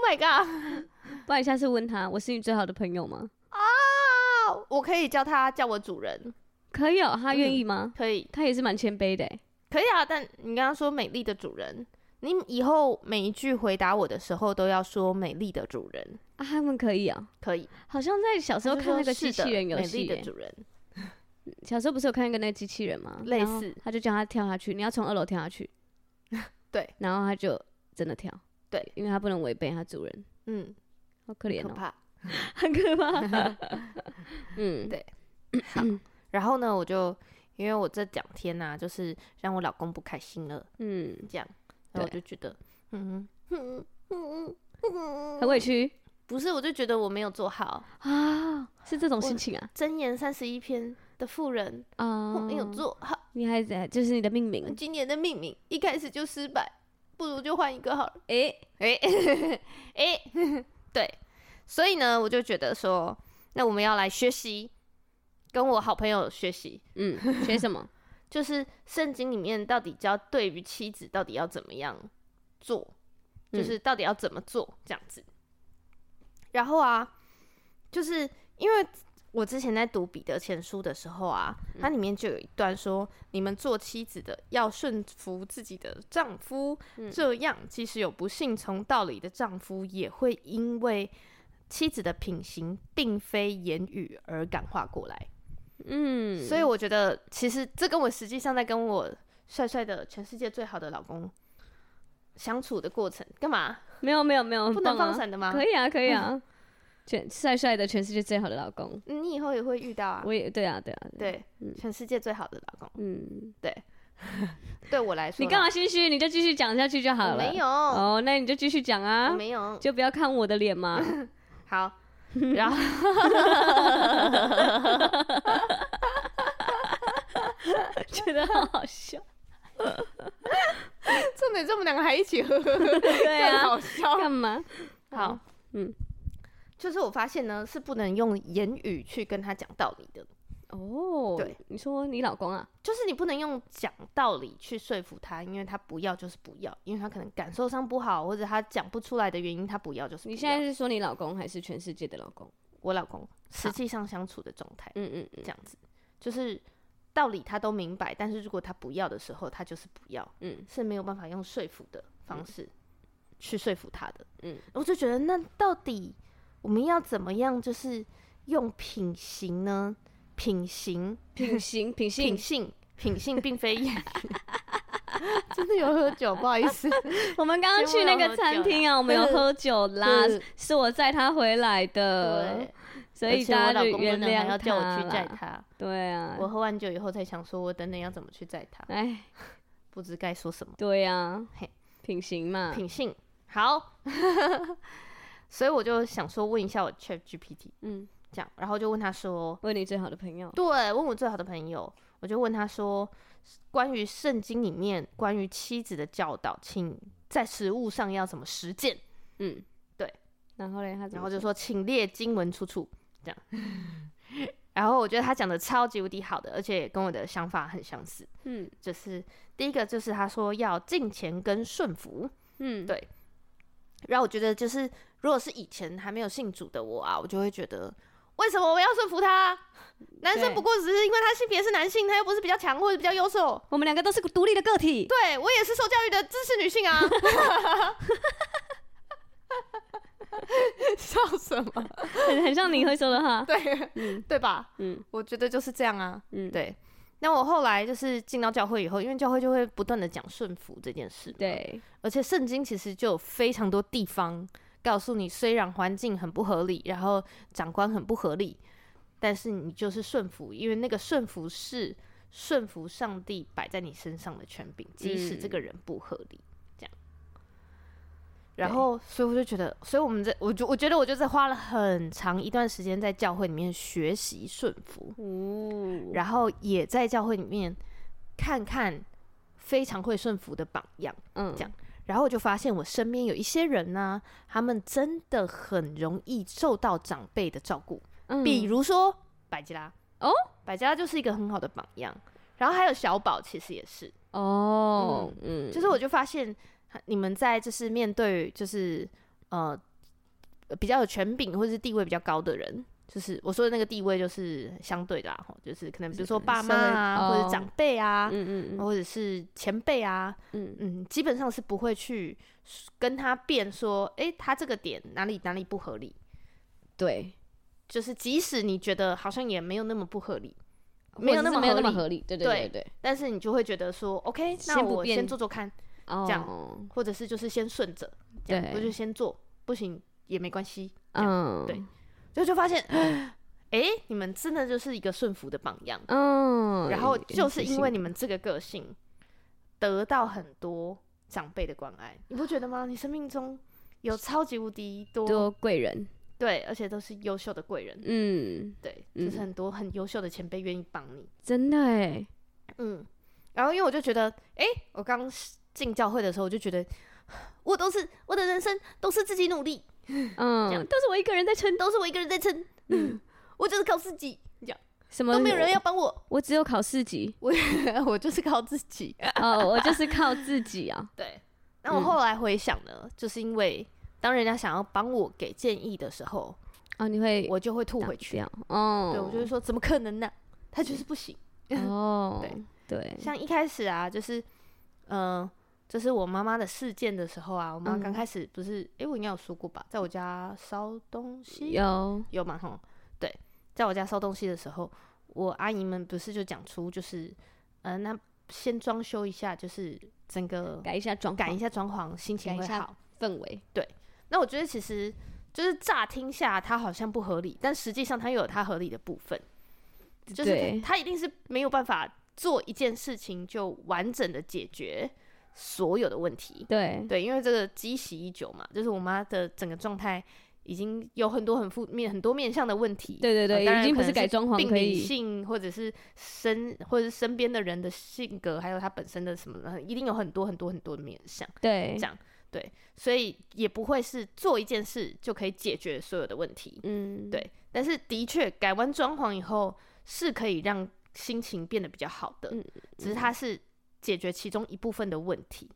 [SPEAKER 1] my god！
[SPEAKER 2] 不然下次问他，我是你最好的朋友吗？
[SPEAKER 1] 啊我可以叫他叫我主人，
[SPEAKER 2] 可以哦，他愿意吗？
[SPEAKER 1] 可以，
[SPEAKER 2] 他也是蛮谦卑的欸，
[SPEAKER 1] 可以啊。但你刚刚说美丽的主人，你以后每一句回答我的时候都要说美丽的主人，
[SPEAKER 2] 啊，他们可以哦。
[SPEAKER 1] 可以。
[SPEAKER 2] 好像在小时候
[SPEAKER 1] 他就
[SPEAKER 2] 看那
[SPEAKER 1] 说
[SPEAKER 2] 个机
[SPEAKER 1] 是的
[SPEAKER 2] 器人游
[SPEAKER 1] 美
[SPEAKER 2] 戏哎
[SPEAKER 1] 丽
[SPEAKER 2] 耶
[SPEAKER 1] 的，主人，
[SPEAKER 2] 小时候不是有看一个那个机器人吗？
[SPEAKER 1] 类
[SPEAKER 2] 然后
[SPEAKER 1] 似。
[SPEAKER 2] 他就叫他跳下去，你要从二楼跳下 去
[SPEAKER 1] 对，
[SPEAKER 2] 然后他就真的跳。
[SPEAKER 1] 对，
[SPEAKER 2] 因为他不能违背他主人，
[SPEAKER 1] 嗯，
[SPEAKER 2] 好可怜
[SPEAKER 1] 可
[SPEAKER 2] 哦，
[SPEAKER 1] 怕。
[SPEAKER 2] 很可怕。嗯，
[SPEAKER 1] 对然后呢，我就因为我这两天呢、就是让我老公不开心了，
[SPEAKER 2] 嗯，
[SPEAKER 1] 这样，然后我就
[SPEAKER 2] 对
[SPEAKER 1] 觉得，嗯嗯嗯
[SPEAKER 2] 很
[SPEAKER 1] 嗯，
[SPEAKER 2] 委屈
[SPEAKER 1] 不是，我就觉得我没有做好。
[SPEAKER 2] 啊，是这种心情啊
[SPEAKER 1] 箴言三十一篇的妇人，
[SPEAKER 2] 啊
[SPEAKER 1] 我，没有，哦哎做好。
[SPEAKER 2] 你还在，就是你的命名，
[SPEAKER 1] 今年的命名一开始就失败，不如就换一个好了。
[SPEAKER 2] 诶，
[SPEAKER 1] 诶、诶、 对，所以呢，我就觉得说，那我们要来学习，跟我好朋友学习，
[SPEAKER 2] 嗯，学什 么？
[SPEAKER 1] 就是圣经里面到底教对于妻子到底要怎么样做，就是到底要怎么做这样子。然后啊，就是因为我之前在读彼得前书的时候啊，它里面就有一段说，你们做妻子的要顺服自己的丈夫，这样即使有不信从道理的丈夫，也会因为妻子的品行并非言语而感化过来。
[SPEAKER 2] 嗯，
[SPEAKER 1] 所以我觉得，其实这跟我实际上在跟我帅帅的全世界最好的老公相处的过程，干嘛
[SPEAKER 2] 没有没有没有，很
[SPEAKER 1] 不能
[SPEAKER 2] 棒啊
[SPEAKER 1] 放闪嗯的吗？
[SPEAKER 2] 可以啊，可以啊，全帅帅的，全世界最好的老公，
[SPEAKER 1] 嗯你以后也会遇到啊。
[SPEAKER 2] 我也对啊，对啊，啊，
[SPEAKER 1] 对，全世界最好的老公，
[SPEAKER 2] 嗯，
[SPEAKER 1] 对我来说啦，
[SPEAKER 2] 你干嘛心虚？你就继续讲下去就好
[SPEAKER 1] 我
[SPEAKER 2] 了。
[SPEAKER 1] 没有，
[SPEAKER 2] 哦，那你就继续讲
[SPEAKER 1] 我
[SPEAKER 2] 啊，
[SPEAKER 1] 没有。
[SPEAKER 2] 就不要看我的脸嘛。
[SPEAKER 1] 好，然后
[SPEAKER 2] 觉得好 好笑。
[SPEAKER 1] 重点是我们两个还一起喝，对
[SPEAKER 2] 对啊，
[SPEAKER 1] 好笑。
[SPEAKER 2] 干嘛？
[SPEAKER 1] 好，
[SPEAKER 2] 嗯，
[SPEAKER 1] 就是我发现呢，是不能用言语去跟他讲道理的，
[SPEAKER 2] 哦，
[SPEAKER 1] 对，
[SPEAKER 2] 你说你老公啊，
[SPEAKER 1] 就是你不能用讲道理去说服他，因为他不要就是不要，因为他可能感受上不好，或者他讲不出来的原因，他不要就是不要。
[SPEAKER 2] 你现在是说你老公还是全世界的老公？
[SPEAKER 1] 我老公实际上相处的状态
[SPEAKER 2] 嗯嗯
[SPEAKER 1] 这
[SPEAKER 2] 嗯
[SPEAKER 1] 样子，就是道理他都明白，但是如果他不要的时候，他就是不要，
[SPEAKER 2] 嗯，
[SPEAKER 1] 是没有办法用说服的方式去说服他的。
[SPEAKER 2] 嗯，
[SPEAKER 1] 我就觉得那到底我们要怎么样，就是用品行呢？品行
[SPEAKER 2] 品 行品
[SPEAKER 1] 品
[SPEAKER 2] 性，
[SPEAKER 1] 性，品性并非言语。 真的有喝酒，不好意 思。
[SPEAKER 2] 我们刚刚去
[SPEAKER 1] 呃
[SPEAKER 2] 那个餐厅啊，我们有喝酒啦，是我载他回来的，所
[SPEAKER 1] 而
[SPEAKER 2] 以
[SPEAKER 1] 且我
[SPEAKER 2] 大
[SPEAKER 1] 老
[SPEAKER 2] 家就
[SPEAKER 1] 公
[SPEAKER 2] 原
[SPEAKER 1] 真的
[SPEAKER 2] 谅
[SPEAKER 1] 还要叫我去载
[SPEAKER 2] 啦。
[SPEAKER 1] 他，嗯
[SPEAKER 2] 对啊，
[SPEAKER 1] 我喝完酒以后才想说，我等等要怎么去载他，
[SPEAKER 2] 哎，
[SPEAKER 1] 不知该说什么。
[SPEAKER 2] 对啊
[SPEAKER 1] 嘿，
[SPEAKER 2] 品行嘛，
[SPEAKER 1] 品性好， 所以我就想说问一下我 Chat GPT
[SPEAKER 2] 嗯，
[SPEAKER 1] 这样，然后就问他说，
[SPEAKER 2] 问你最好的朋友，
[SPEAKER 1] 对，问我最好的朋友，我就问他说，关于圣经里面关于妻子的教导，请在实物上要怎么实践？
[SPEAKER 2] 嗯，
[SPEAKER 1] 对。
[SPEAKER 2] 然后嘞，他怎
[SPEAKER 1] 然
[SPEAKER 2] 么
[SPEAKER 1] 后就说请列经文出处，这样。 然后我觉得他讲的超级无敌好的，而且也跟我的想法很相似。
[SPEAKER 2] 嗯
[SPEAKER 1] 就是第一个就是他说要敬虔跟顺服，
[SPEAKER 2] 嗯，
[SPEAKER 1] 对然后我觉得就是如果是以前还没有信主的我啊，我就会觉得为什么我要顺服他？男生
[SPEAKER 2] 对
[SPEAKER 1] 不过只是因为他性别是男性，他又不是比较强或者比较优秀，
[SPEAKER 2] 我们两个都是个独立的个体，
[SPEAKER 1] 对我也是受教育的知识女性啊。笑什么？
[SPEAKER 2] 很很像你会说的话，
[SPEAKER 1] 对，
[SPEAKER 2] 嗯
[SPEAKER 1] 对吧？
[SPEAKER 2] 嗯
[SPEAKER 1] 我觉得就是这样啊。
[SPEAKER 2] 嗯，
[SPEAKER 1] 对，那我后来就是进到教会以后，因为教会就会不断的讲顺服这件事。，
[SPEAKER 2] 对，
[SPEAKER 1] 而且圣经其实就有非常多地方告诉你，虽然环境很不合理，然后长官很不合理，但是你就是顺服，因为那个顺服是顺服上帝摆在你身上的权柄，即使这个人不合理。这样。然
[SPEAKER 2] 对
[SPEAKER 1] 后，所以我就觉得，所以我们在，我就我觉得，我就是花了很长一段时间在教会里面学习顺服，
[SPEAKER 2] 哦，
[SPEAKER 1] 然后也在教会里面看看非常会顺服的榜样。
[SPEAKER 2] 嗯
[SPEAKER 1] 这样然后我就发现我身边有一些人呢、他们真的很容易受到长辈的照顾，
[SPEAKER 2] 嗯
[SPEAKER 1] 比如说百吉拉
[SPEAKER 2] 哦，
[SPEAKER 1] 百吉拉就是一个很好的榜样。然后还有小宝，其实也是，
[SPEAKER 2] 哦，嗯，
[SPEAKER 1] 就是我就发现你们在就是面对就是呃比较有权柄或是地位比较高的人。就是我说的那个地位，就是相对的啦，吼就是可能比如说爸妈啊，
[SPEAKER 2] 社会
[SPEAKER 1] 或者长辈啊，
[SPEAKER 2] 嗯嗯嗯
[SPEAKER 1] 或者是前辈啊，
[SPEAKER 2] 嗯
[SPEAKER 1] 嗯，基本上是不会去跟他辩说，诶，他这个点哪里哪里不合理。
[SPEAKER 2] 对，
[SPEAKER 1] 就是即使你觉得好像也没有那么不合理，
[SPEAKER 2] 没有
[SPEAKER 1] 那
[SPEAKER 2] 那
[SPEAKER 1] 么
[SPEAKER 2] 么没有那么
[SPEAKER 1] 合理，
[SPEAKER 2] 合理，对
[SPEAKER 1] 对
[SPEAKER 2] 对对对，
[SPEAKER 1] 但是你就会觉得说，OK，那
[SPEAKER 2] 先不
[SPEAKER 1] 我
[SPEAKER 2] 辩
[SPEAKER 1] 先做做看，
[SPEAKER 2] 哦，
[SPEAKER 1] 样或者是就是先顺着，这样
[SPEAKER 2] 对
[SPEAKER 1] 我就先做，不行也没关系。这
[SPEAKER 2] 嗯，
[SPEAKER 1] 对，就就发现， 诶，你们真的就是一个顺服的榜样。
[SPEAKER 2] 嗯，
[SPEAKER 1] 然后就是因为
[SPEAKER 2] 你
[SPEAKER 1] 你们这个个性，得到很多长辈的关爱，你不觉得吗？你生命中有超级无敌多
[SPEAKER 2] 多贵人，
[SPEAKER 1] 对，而且都是优秀的贵人，
[SPEAKER 2] 嗯，
[SPEAKER 1] 对，就是
[SPEAKER 2] 嗯
[SPEAKER 1] 很多很优秀的前辈愿意帮你，
[SPEAKER 2] 真的哎，
[SPEAKER 1] 嗯。然后因为我就觉得，诶，我刚进教会的时候，我就觉得我都是我的人生都是自己努力，样
[SPEAKER 2] 嗯，都是我一个人在撑，
[SPEAKER 1] 都是我一个人在撑，嗯，我就是靠自己，这样
[SPEAKER 2] 什么
[SPEAKER 1] 都没有人要
[SPEAKER 2] 我，
[SPEAKER 1] 帮我，，
[SPEAKER 2] 我只有考四级
[SPEAKER 1] 我 我就是靠自己，
[SPEAKER 2] 哦，我就是靠自己啊，
[SPEAKER 1] 对，那我后来回想呢，就是因为当人家想要帮我给建议的时候，
[SPEAKER 2] 哦，你会
[SPEAKER 1] 我就会吐
[SPEAKER 2] 打
[SPEAKER 1] 回去。
[SPEAKER 2] 掉，哦，
[SPEAKER 1] 对我就会说，怎么可能呢、他就是不行。
[SPEAKER 2] 哦，
[SPEAKER 1] 对
[SPEAKER 2] 对，
[SPEAKER 1] 像一开始啊，就是，嗯、就是我妈妈的事件的时候啊，我妈刚
[SPEAKER 2] 嗯
[SPEAKER 1] 开始不是，诶，我应该有说过吧，在我家烧东西
[SPEAKER 2] 有，
[SPEAKER 1] 有嘛吼，对，在我家烧东西的时候，我阿姨们不是就讲出就是，嗯、那先装修一下，就是整个
[SPEAKER 2] 改一下妆，
[SPEAKER 1] 赶一下装潢，心情
[SPEAKER 2] 改一
[SPEAKER 1] 会
[SPEAKER 2] 下
[SPEAKER 1] 好。
[SPEAKER 2] 氛围，
[SPEAKER 1] 那我觉得其实就是乍听下它好像不合理，但实际上它又有它合理的部分，就是
[SPEAKER 2] 对
[SPEAKER 1] 它它一定是没有办法做一件事情就完整的解决所有的问题。
[SPEAKER 2] 对，
[SPEAKER 1] 对，因为这个积习已久嘛，就是我妈的整个状态已经有很多很负面、很多面向的问题。
[SPEAKER 2] 对对
[SPEAKER 1] 呃当
[SPEAKER 2] 对，
[SPEAKER 1] 然
[SPEAKER 2] 已经
[SPEAKER 1] 可
[SPEAKER 2] 不
[SPEAKER 1] 能
[SPEAKER 2] 是改装潢
[SPEAKER 1] 病
[SPEAKER 2] 可
[SPEAKER 1] 理
[SPEAKER 2] 以，
[SPEAKER 1] 性，或者是身，或者是身边的人的性格，还有他本身的什么的，一定有很多很多很多的面向。
[SPEAKER 2] 对
[SPEAKER 1] 这，样所以也不会是做一件事就可以解决所有的问题。
[SPEAKER 2] 嗯，
[SPEAKER 1] 对但是的确，改完装潢以后是可以让心情变得比较好的，
[SPEAKER 2] 嗯
[SPEAKER 1] 只是它是解决其中一部分的问题。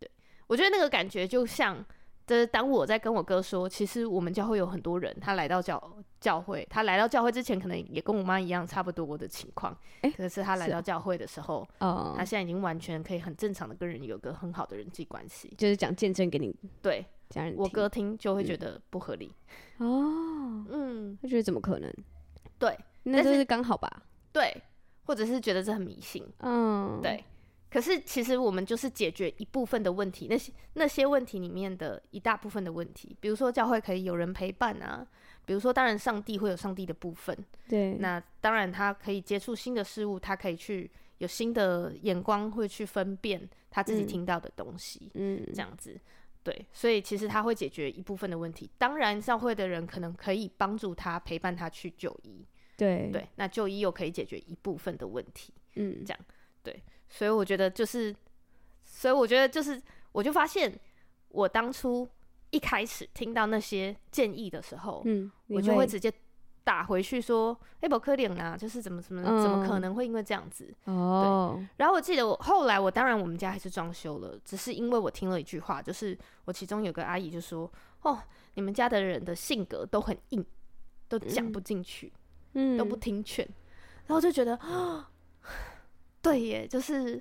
[SPEAKER 1] 对我觉得那个感觉就像，就是当我在跟我哥说，其实我们教会有很多人，他来到教教会，他来到教会之前可能也跟我妈一样差不多的情况，
[SPEAKER 2] 诶
[SPEAKER 1] 可是他来
[SPEAKER 2] 是啊
[SPEAKER 1] 到教会的时候，
[SPEAKER 2] 哦
[SPEAKER 1] 他，现在已经完全可以很正常的跟人有个很好的人际关系。
[SPEAKER 2] 就是讲见证给你
[SPEAKER 1] 对，
[SPEAKER 2] 家人听，
[SPEAKER 1] 我哥听就会
[SPEAKER 2] 嗯
[SPEAKER 1] 觉得不合理。
[SPEAKER 2] 哦，
[SPEAKER 1] 嗯，
[SPEAKER 2] 我觉得怎么可能？
[SPEAKER 1] 对
[SPEAKER 2] 那
[SPEAKER 1] 但
[SPEAKER 2] 就是是刚好吧，
[SPEAKER 1] 对，或者是觉得这很迷信，
[SPEAKER 2] 嗯，
[SPEAKER 1] 对。可是其实我们就是解决一部分的问题，那些那些问题里面的一大部分的问题，比如说教会可以有人陪伴啊，比如说，当然上帝会有上帝的部分，
[SPEAKER 2] 对，
[SPEAKER 1] 那当然他可以接触新的事物，他可以去有新的眼光，会去分辨他自己
[SPEAKER 2] 嗯
[SPEAKER 1] 听到的东西。
[SPEAKER 2] 嗯，
[SPEAKER 1] 这样子。对，所以其实他会解决一部分的问题。当然，教会的人可能可以帮助他、陪伴他去就医。
[SPEAKER 2] 对，
[SPEAKER 1] 对，那就医又可以解决一部分的问题。
[SPEAKER 2] 嗯，
[SPEAKER 1] 所以我觉得就是，所以我觉得就是，我就发现我当初一开始听到那些建议的时候，
[SPEAKER 2] 嗯，
[SPEAKER 1] 我
[SPEAKER 2] 你
[SPEAKER 1] 就会直接打回去说：“哎、不可能啊，就是怎么怎么怎么可
[SPEAKER 2] 嗯
[SPEAKER 1] 能会因为这样子？”
[SPEAKER 2] 哦，
[SPEAKER 1] 然后我记得我后来我当然我们家还是装修了，只是因为我听了一句话，就是我其中有个阿姨就说：“哦，你们家的人的性格都很硬，都讲不进去，
[SPEAKER 2] 嗯，
[SPEAKER 1] 都不听劝。”然后我就觉得， 啊，对耶，就是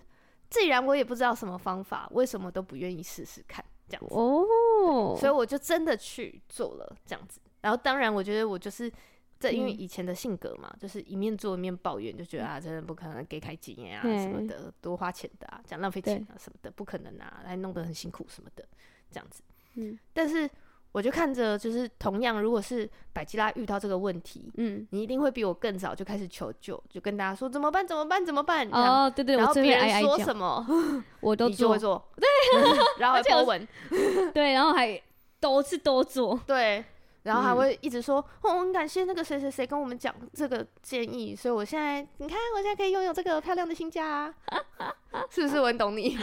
[SPEAKER 1] 既然我也不知道什么方法，为什么都不愿意试试看这样子？
[SPEAKER 2] 哦，
[SPEAKER 1] 所以我就真的去做了这样子。然后当然，我觉得我就是这，因为
[SPEAKER 2] 嗯
[SPEAKER 1] 以前的性格嘛，就是一面做一面抱怨，就觉得啊，真的不可能，给开几年啊什么
[SPEAKER 2] 对
[SPEAKER 1] 的，多花钱的啊，讲浪费
[SPEAKER 2] 对
[SPEAKER 1] 钱啊什么的，不可能啊，还弄得很辛苦什么的，这样子。
[SPEAKER 2] 嗯
[SPEAKER 1] 但是我就看着，就是同样，如果是百吉拉遇到这个问题，
[SPEAKER 2] 嗯，
[SPEAKER 1] 你一定会比我更早就开始求救，就跟大家说怎么办，怎么办，怎么办。这样
[SPEAKER 2] 哦，对对，
[SPEAKER 1] 然
[SPEAKER 2] 我
[SPEAKER 1] 后
[SPEAKER 2] 最
[SPEAKER 1] 别
[SPEAKER 2] 会挨
[SPEAKER 1] 人
[SPEAKER 2] 挨
[SPEAKER 1] 说
[SPEAKER 2] 讲，
[SPEAKER 1] 什么，
[SPEAKER 2] 我 都
[SPEAKER 1] 你就
[SPEAKER 2] 做
[SPEAKER 1] 会，做，对， 然后还
[SPEAKER 2] 而且我
[SPEAKER 1] 发文，
[SPEAKER 2] 对，然后还都是都做，
[SPEAKER 1] 对，然后还
[SPEAKER 2] 嗯
[SPEAKER 1] 会一直说，哦，很感谢那个谁谁谁跟我们讲这个建议，所以我现在，你看我现在可以拥有这个漂亮的新家、啊， 是不是我很懂 你？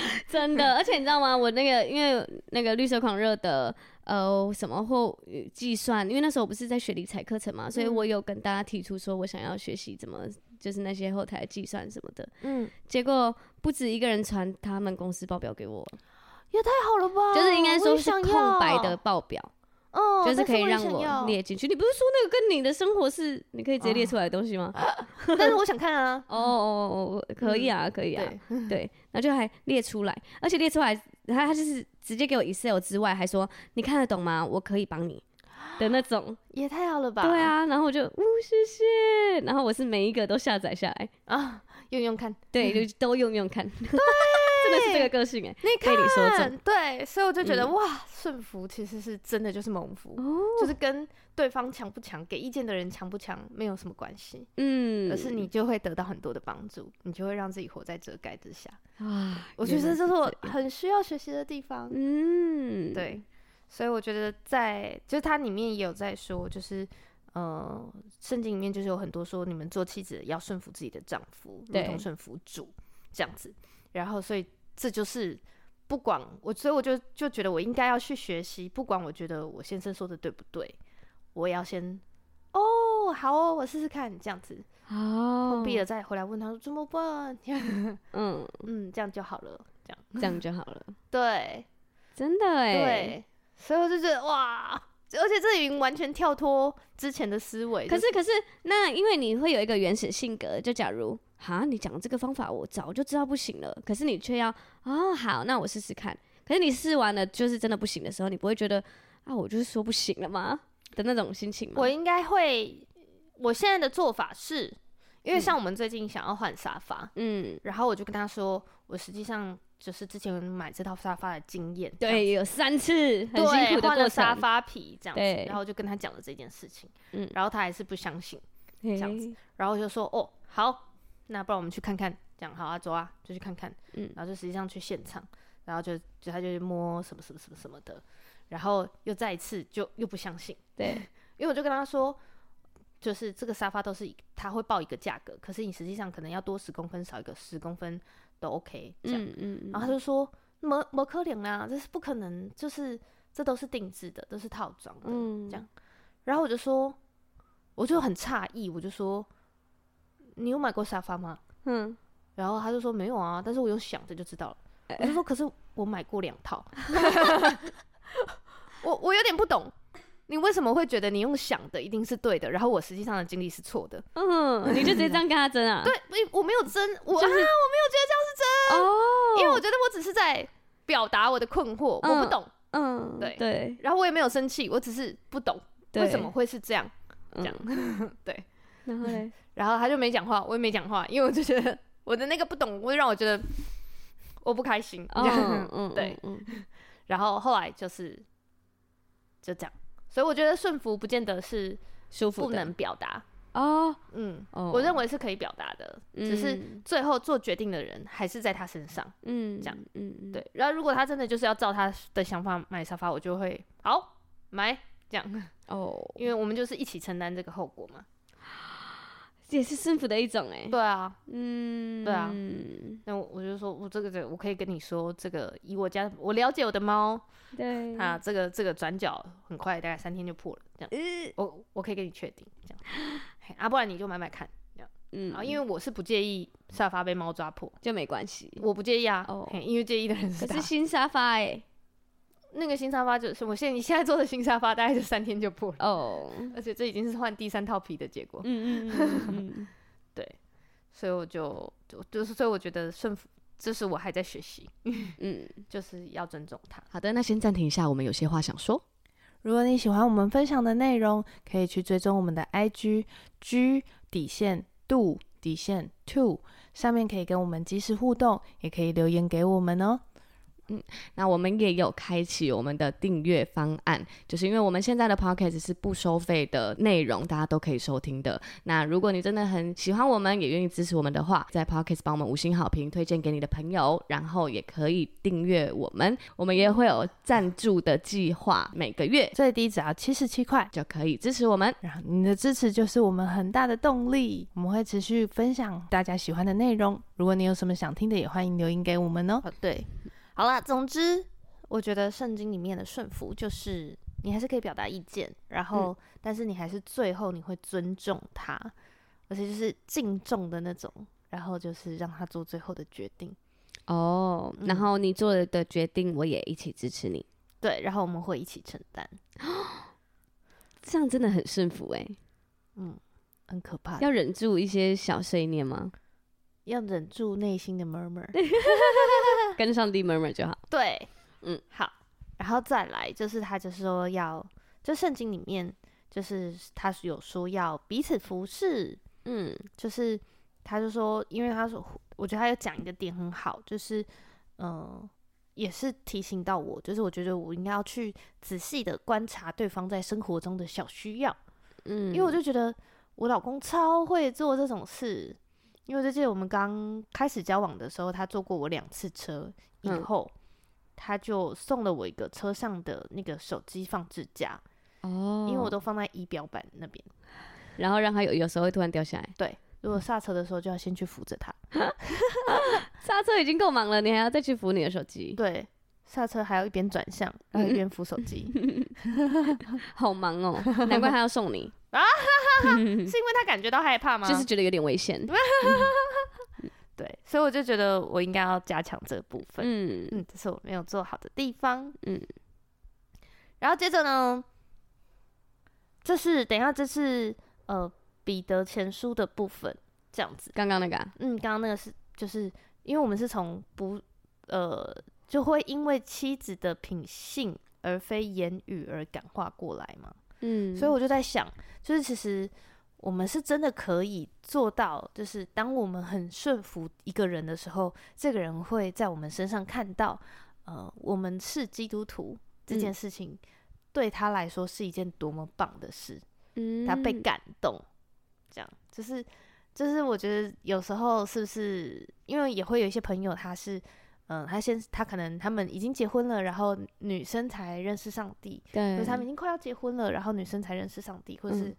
[SPEAKER 2] 真的，而且你知道吗？我那个因为那个绿色狂热的呃什么或呃计算，因为那时候我不是在学理财课程嘛，所以
[SPEAKER 1] 嗯
[SPEAKER 2] 我有跟大家提出说我想要学习怎么就是那些后台计算什么的。
[SPEAKER 1] 嗯，
[SPEAKER 2] 结果不止一个人传他们公司报表给我，
[SPEAKER 1] 太好了吧？
[SPEAKER 2] 就是应该
[SPEAKER 1] 哦我
[SPEAKER 2] 说
[SPEAKER 1] 也
[SPEAKER 2] 是
[SPEAKER 1] 想
[SPEAKER 2] 空白
[SPEAKER 1] 要
[SPEAKER 2] 的，报表，
[SPEAKER 1] 嗯，
[SPEAKER 2] 就是
[SPEAKER 1] 但
[SPEAKER 2] 可以
[SPEAKER 1] 我也
[SPEAKER 2] 让
[SPEAKER 1] 想
[SPEAKER 2] 我
[SPEAKER 1] 要，
[SPEAKER 2] 列进去。你不是说那个跟你的生活是你可以直接列出来的东西
[SPEAKER 1] 啊
[SPEAKER 2] 吗？
[SPEAKER 1] 但是我想看啊，
[SPEAKER 2] 哦哦哦，可以啊，可以啊。
[SPEAKER 1] 嗯对，
[SPEAKER 2] 对，然后就还列出来，而且列出来，他他就是直接给我 Excel 之外，还说你看得懂吗？我可以帮你的 那种。
[SPEAKER 1] 也太好了吧？
[SPEAKER 2] 对，啊，然后我就呜谢谢，然后我是每一个都下载下来，
[SPEAKER 1] 啊，用用看，
[SPEAKER 2] 对，就都用 用看。对， 真的是这个个性哎、
[SPEAKER 1] 你
[SPEAKER 2] 被
[SPEAKER 1] 看，
[SPEAKER 2] 你说中
[SPEAKER 1] 嗯对，所以我就觉得、
[SPEAKER 2] 嗯
[SPEAKER 1] 哇，顺服其实是真的就是蒙福。
[SPEAKER 2] 哦，
[SPEAKER 1] 就是跟对方强不强、给意见的人强不强没有什么关系，
[SPEAKER 2] 嗯，
[SPEAKER 1] 可是你就会得到很多的帮助，你就会让自己活在遮盖之下。
[SPEAKER 2] 哇，
[SPEAKER 1] 我觉
[SPEAKER 2] 原来
[SPEAKER 1] 得这是我
[SPEAKER 2] 样
[SPEAKER 1] 很需要学习的地方。
[SPEAKER 2] 嗯，
[SPEAKER 1] 对，所以我觉得在就是它里面也有在说，就是呃，圣经里面就是有很多说，你们做妻子的要顺服自己的丈夫，如
[SPEAKER 2] 对
[SPEAKER 1] 同顺服主这样子。然后，所以这就是不管我，所以我就就觉得我应该要去学习，不管我觉得我先生说的对不对，我也要先。哦，好哦，我试试看，这样子，碰
[SPEAKER 2] 哦，
[SPEAKER 1] 壁了再回来问他说怎么办，
[SPEAKER 2] 嗯，
[SPEAKER 1] 嗯，这样就好了，这样
[SPEAKER 2] 这样就好了，
[SPEAKER 1] 对，
[SPEAKER 2] 真的哎、，
[SPEAKER 1] 对，所以我就觉得哇，而且这已经完全跳脱之前的思维。
[SPEAKER 2] 可
[SPEAKER 1] 就是
[SPEAKER 2] 可是，那因为你会有一个原始性格，就假如哈，你讲的这个方法我早就知道不行了，可是你却要哦好，那我试试看。可是你试完了，就是真的不行的时候，你不会觉得啊，我就是说不行了吗的那种心情吗？
[SPEAKER 1] 嗯我应该会，我现在的做法是，因为
[SPEAKER 2] 嗯
[SPEAKER 1] 像我们最近想要换沙发，
[SPEAKER 2] 嗯，
[SPEAKER 1] 然后我就跟他说，我实际上就是之前买这套沙发的经验，这样
[SPEAKER 2] 对，有三次很
[SPEAKER 1] 对，
[SPEAKER 2] 辛苦的
[SPEAKER 1] 换了
[SPEAKER 2] 过
[SPEAKER 1] 沙
[SPEAKER 2] 程，
[SPEAKER 1] 发皮这样子
[SPEAKER 2] 对，
[SPEAKER 1] 然后我就跟他讲了这件事情，
[SPEAKER 2] 嗯
[SPEAKER 1] 然后他还是不相信，
[SPEAKER 2] 这
[SPEAKER 1] 样子，然后我就说哦好，那不然我们去看看，这样好啊，走啊，就去看看，
[SPEAKER 2] 嗯
[SPEAKER 1] 然后就实际上去现场，然后就就他就去摸什么什么什么什么的，然后又再一次就又不相信，
[SPEAKER 2] 对，
[SPEAKER 1] 因为我就跟他说，就是这个沙发都是他会报一个价格，可是你实际上可能要多十公分，少一个十公分都 OK 这样，
[SPEAKER 2] 嗯嗯，
[SPEAKER 1] 然后他就说没没可能啊，这是不可能，就是这都是定制的，都是套装的，
[SPEAKER 2] 嗯
[SPEAKER 1] 这样然后我就说，我就很诧异，我就说，你有买过沙发吗？
[SPEAKER 2] 嗯，
[SPEAKER 1] 然后他就说没有啊，但是我有想着就知道了。我就说，可是我买过两套， 我我有点不懂，你为什么会觉得你用想的一定是对的，然后我实际上的经历是错的？
[SPEAKER 2] 嗯，你就直接这样跟他争 啊？
[SPEAKER 1] 对，我我没有争，我、
[SPEAKER 2] 就
[SPEAKER 1] 啊，我
[SPEAKER 2] 是
[SPEAKER 1] 没有觉得
[SPEAKER 2] 哦，
[SPEAKER 1] 这样，因为我觉得我只是在表达我的困惑，我
[SPEAKER 2] 嗯
[SPEAKER 1] 不懂，
[SPEAKER 2] 嗯，
[SPEAKER 1] 对
[SPEAKER 2] 对，
[SPEAKER 1] 然后我也没有生气，我只是不懂
[SPEAKER 2] 对
[SPEAKER 1] 为什么会是这样，这样、对。
[SPEAKER 2] 然 后嘞，
[SPEAKER 1] 然后他就没讲话，我也没讲话，因为我就觉得我的那个不懂，会让我觉得 我不开心。
[SPEAKER 2] 哦 嗯嗯，
[SPEAKER 1] 对
[SPEAKER 2] 嗯，嗯
[SPEAKER 1] 然后后来就是就这样，所以我觉得顺服不见得是
[SPEAKER 2] 舒服
[SPEAKER 1] 不
[SPEAKER 2] 的
[SPEAKER 1] 能表达，
[SPEAKER 2] 哦
[SPEAKER 1] 嗯，
[SPEAKER 2] 哦，
[SPEAKER 1] 我认为是可以表达的，只是
[SPEAKER 2] 嗯
[SPEAKER 1] 最后做决定的人还是在他身上。
[SPEAKER 2] 嗯
[SPEAKER 1] 这样
[SPEAKER 2] 嗯嗯
[SPEAKER 1] 对，然后如果他真的就是要照他的想法买沙发，我就会好买这样，
[SPEAKER 2] 哦，
[SPEAKER 1] 因为我们就是一起承担这个后果嘛。
[SPEAKER 2] 也是顺服的一种哎、
[SPEAKER 1] 对啊，
[SPEAKER 2] 嗯，
[SPEAKER 1] 对啊
[SPEAKER 2] 嗯
[SPEAKER 1] 那我我就说我这个这个我可以跟你说，这个以我家我了解我的猫，
[SPEAKER 2] 对
[SPEAKER 1] 它这个这个转角很快，大概三天就破了，这样
[SPEAKER 2] 呃
[SPEAKER 1] 我我可以跟你确定这样， 嘿啊不然你就买买看。
[SPEAKER 2] 嗯，
[SPEAKER 1] 啊，因为我是不介意沙发被猫抓破，
[SPEAKER 2] 就没关系。
[SPEAKER 1] 我不介意啊，
[SPEAKER 2] 哦
[SPEAKER 1] 嘿因为介意的人是
[SPEAKER 2] 可
[SPEAKER 1] 他
[SPEAKER 2] 是。新沙发哎、
[SPEAKER 1] 那个新沙发就是我现在你现在做的新沙发，大概就三天就破了，
[SPEAKER 2] 哦，
[SPEAKER 1] 而且这已经是换第三套皮的结果，
[SPEAKER 2] 嗯嗯 嗯嗯嗯，
[SPEAKER 1] 所以我就就就是所以我觉得顺服，这是我还在学习，
[SPEAKER 2] 嗯，
[SPEAKER 1] 就是要尊重他。
[SPEAKER 3] 好的，那先暂停一下，我们有些话想说。
[SPEAKER 4] 如果你喜欢我们分享的内容，可以去追踪我们的 IG G 底线 do 底线 two，上面可以跟我们及时互动，也可以留言给我们哦。
[SPEAKER 3] 那我们也有开启我们的订阅方案，就是因为我们现在的 podcast 是不收费的内容，大家都可以收听的。那如果你真的很喜欢我们，也愿意支持我们的话，在 podcast 帮我们五星好评，推荐给你的朋友，然后也可以订阅我们。我们也会有赞助的计划，每个月
[SPEAKER 4] 最低只要七十七块，
[SPEAKER 3] 就可以支持我们。
[SPEAKER 4] 然后你的支持就是我们很大的动力。我们会持续分享大家喜欢的内容。如果你有什么想听的，也欢迎留言给我们哦。
[SPEAKER 1] 哦，对，好啦，总之我觉得圣经里面的顺服就是你还是可以表达意见，然
[SPEAKER 4] 嗯
[SPEAKER 1] 后、但是你还是最后你会尊重他，而且就是敬重的那种，然后就是让他做最后的决定。
[SPEAKER 2] 哦，然后你做的决定，我也一起支持你，
[SPEAKER 1] 对，然后我们会一起承担，
[SPEAKER 2] 这样真的很顺服
[SPEAKER 3] 欸
[SPEAKER 2] 哎、
[SPEAKER 1] 很可怕的，
[SPEAKER 2] 要忍住一些小碎念吗？
[SPEAKER 1] 要忍住内心的 murmur。
[SPEAKER 2] 跟上帝 murmur 就好。
[SPEAKER 1] 对，
[SPEAKER 2] 嗯
[SPEAKER 1] 嗯，好，然后再来就是他就说要，就圣经里面就是他是有说要彼此服侍，
[SPEAKER 2] 嗯
[SPEAKER 1] 就是他就说，因为他说，我觉得他有讲一个点很好，就是嗯、呃也是提醒到我，就是我觉得我应该要去仔细的观察对方在生活中的小需要，
[SPEAKER 2] 嗯，
[SPEAKER 1] 因为我就觉得我老公超会做这种事。因为我就记得我们刚开始交往的时候，他坐过我两次车，以
[SPEAKER 2] 嗯
[SPEAKER 1] 后、他就送了我一个车上的那个手机放置架，
[SPEAKER 2] 哦，
[SPEAKER 1] 因为我都放在仪表板那边。
[SPEAKER 2] 然后让他有有时候会突然掉下来，
[SPEAKER 1] 如
[SPEAKER 2] 嗯
[SPEAKER 1] 果刹车的时候，就要先去扶着他。
[SPEAKER 2] 刹车已经够忙了，你还要再去扶你的手机，
[SPEAKER 1] 对，刹车还要一边转向，然后
[SPEAKER 2] 嗯
[SPEAKER 1] 一边扶手 机，是因
[SPEAKER 2] 好忙 哦，难怪他要送你，
[SPEAKER 1] 啊 为他感觉到害怕吗？
[SPEAKER 2] 就是觉得有点危险。
[SPEAKER 1] 对，所以我就觉得我应该要加强这部分。嗯
[SPEAKER 2] 嗯，
[SPEAKER 1] 这是我没有做好的地方。
[SPEAKER 2] 嗯
[SPEAKER 1] 嗯，然后接着呢，这是等一下，这是呃彼得前书的部分，这样子。
[SPEAKER 2] 刚刚那个啊、
[SPEAKER 1] 嗯，刚刚那个是就是因为我们是从不呃就会因为妻子的品性而非言语而感化过来嘛。
[SPEAKER 2] 嗯，
[SPEAKER 1] 所以我就在想，就是其实我们是真的可以做到，就是当我们很顺服一个人的时候，这个人会在我们身上看到，呃，我们是基督徒这
[SPEAKER 2] 嗯
[SPEAKER 1] 件事情，对他来说是一件多么棒的事，
[SPEAKER 2] 嗯
[SPEAKER 1] 他被感动，这样就是就是我觉得有时候是不是因为也会有一些朋友他是。嗯，他先，他可能他们已经结婚了，然后女生才认识上帝，
[SPEAKER 2] 对，
[SPEAKER 1] 就是他们已经快要结婚了，然后女生才认识上帝，或是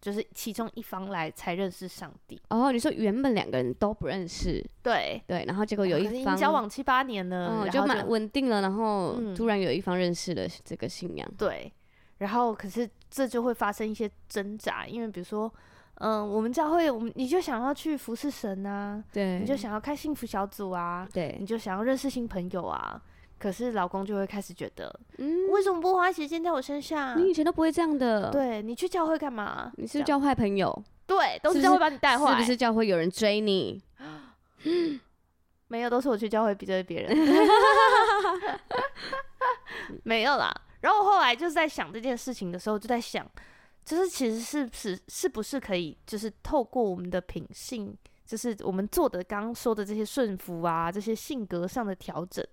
[SPEAKER 1] 就是其中一方来才认识上帝。
[SPEAKER 2] 哦，你说原本两个人都不认识，
[SPEAKER 1] 对，
[SPEAKER 2] 对，然后结果有
[SPEAKER 1] 哦可是已
[SPEAKER 2] 一
[SPEAKER 1] 经
[SPEAKER 2] 方
[SPEAKER 1] 交，往七八年了，
[SPEAKER 2] 哦，
[SPEAKER 1] 然
[SPEAKER 2] 就
[SPEAKER 1] 后
[SPEAKER 2] 蛮稳定了，然后
[SPEAKER 1] 嗯
[SPEAKER 2] 突然有一方认识了这个信仰，
[SPEAKER 1] 对，然后可是这就会发生一些挣扎，因为比如说，嗯，我们教会，我们你就想要去服侍神啊，
[SPEAKER 2] 对，
[SPEAKER 1] 你就想要开幸福小组啊，
[SPEAKER 2] 对
[SPEAKER 1] 你，就想要认识新朋友啊，可是老公就会开始觉得，
[SPEAKER 2] 嗯，
[SPEAKER 1] 为什么不花时间在我身上？
[SPEAKER 2] 你以前都不会这样的，，
[SPEAKER 1] 对啊你去教会干嘛？
[SPEAKER 2] 你是
[SPEAKER 1] 这
[SPEAKER 2] 不是
[SPEAKER 1] 样
[SPEAKER 2] 交坏朋友，
[SPEAKER 1] 对，都
[SPEAKER 2] 是
[SPEAKER 1] 是教
[SPEAKER 2] 不是
[SPEAKER 1] 会把你带坏，
[SPEAKER 2] 是不是教会有人追你？
[SPEAKER 1] 没有，都是我去教会逼着别 人。没有啦。然后我后来就是在想这件事情的时候，就在想，就是其实是不是是不是可以，就是透过我们的品性，就是我们做的刚刚说的这些顺服啊，这些性格上的调整，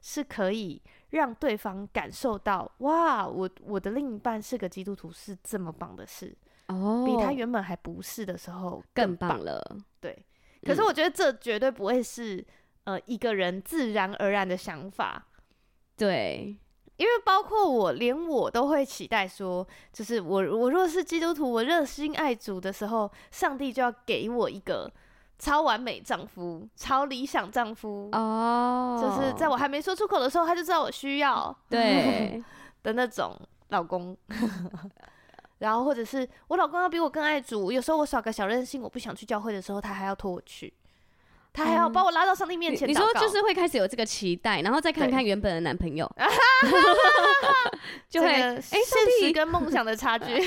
[SPEAKER 1] 是可以让对方感受到，哇，我我的另一半是个基督徒，是这么棒的事，
[SPEAKER 2] 哦，
[SPEAKER 1] 比他原本还不是的时候
[SPEAKER 2] 更
[SPEAKER 1] 棒
[SPEAKER 2] 棒。了。
[SPEAKER 1] 对，可是
[SPEAKER 2] 嗯
[SPEAKER 1] 我觉得这绝对不会是呃一个人自然而然的想法，
[SPEAKER 2] 对，
[SPEAKER 1] 因为包括我，连我都会期待说，就是我我若是基督徒，我热心爱主的时候，上帝就要给我一个超完美丈夫、超理想丈夫，
[SPEAKER 2] 哦，
[SPEAKER 1] 就是在我还没说出口的时候，他就知道我需要
[SPEAKER 2] 对
[SPEAKER 1] 的那种老公。 然后，或者是我老公要比我更爱主，有时候我耍个小任性，我不想去教会的时候，他还要拖我去，他还要把我拉到上帝面
[SPEAKER 2] 哦你
[SPEAKER 1] 前
[SPEAKER 2] 你
[SPEAKER 1] 祷告。
[SPEAKER 2] 说就是会开始有这个期待，然后再看
[SPEAKER 1] 对
[SPEAKER 2] 看原本的男朋 友，就
[SPEAKER 1] 这
[SPEAKER 2] 会
[SPEAKER 1] 个
[SPEAKER 2] 哎，上
[SPEAKER 1] 现实
[SPEAKER 2] 帝
[SPEAKER 1] 跟梦想的差距。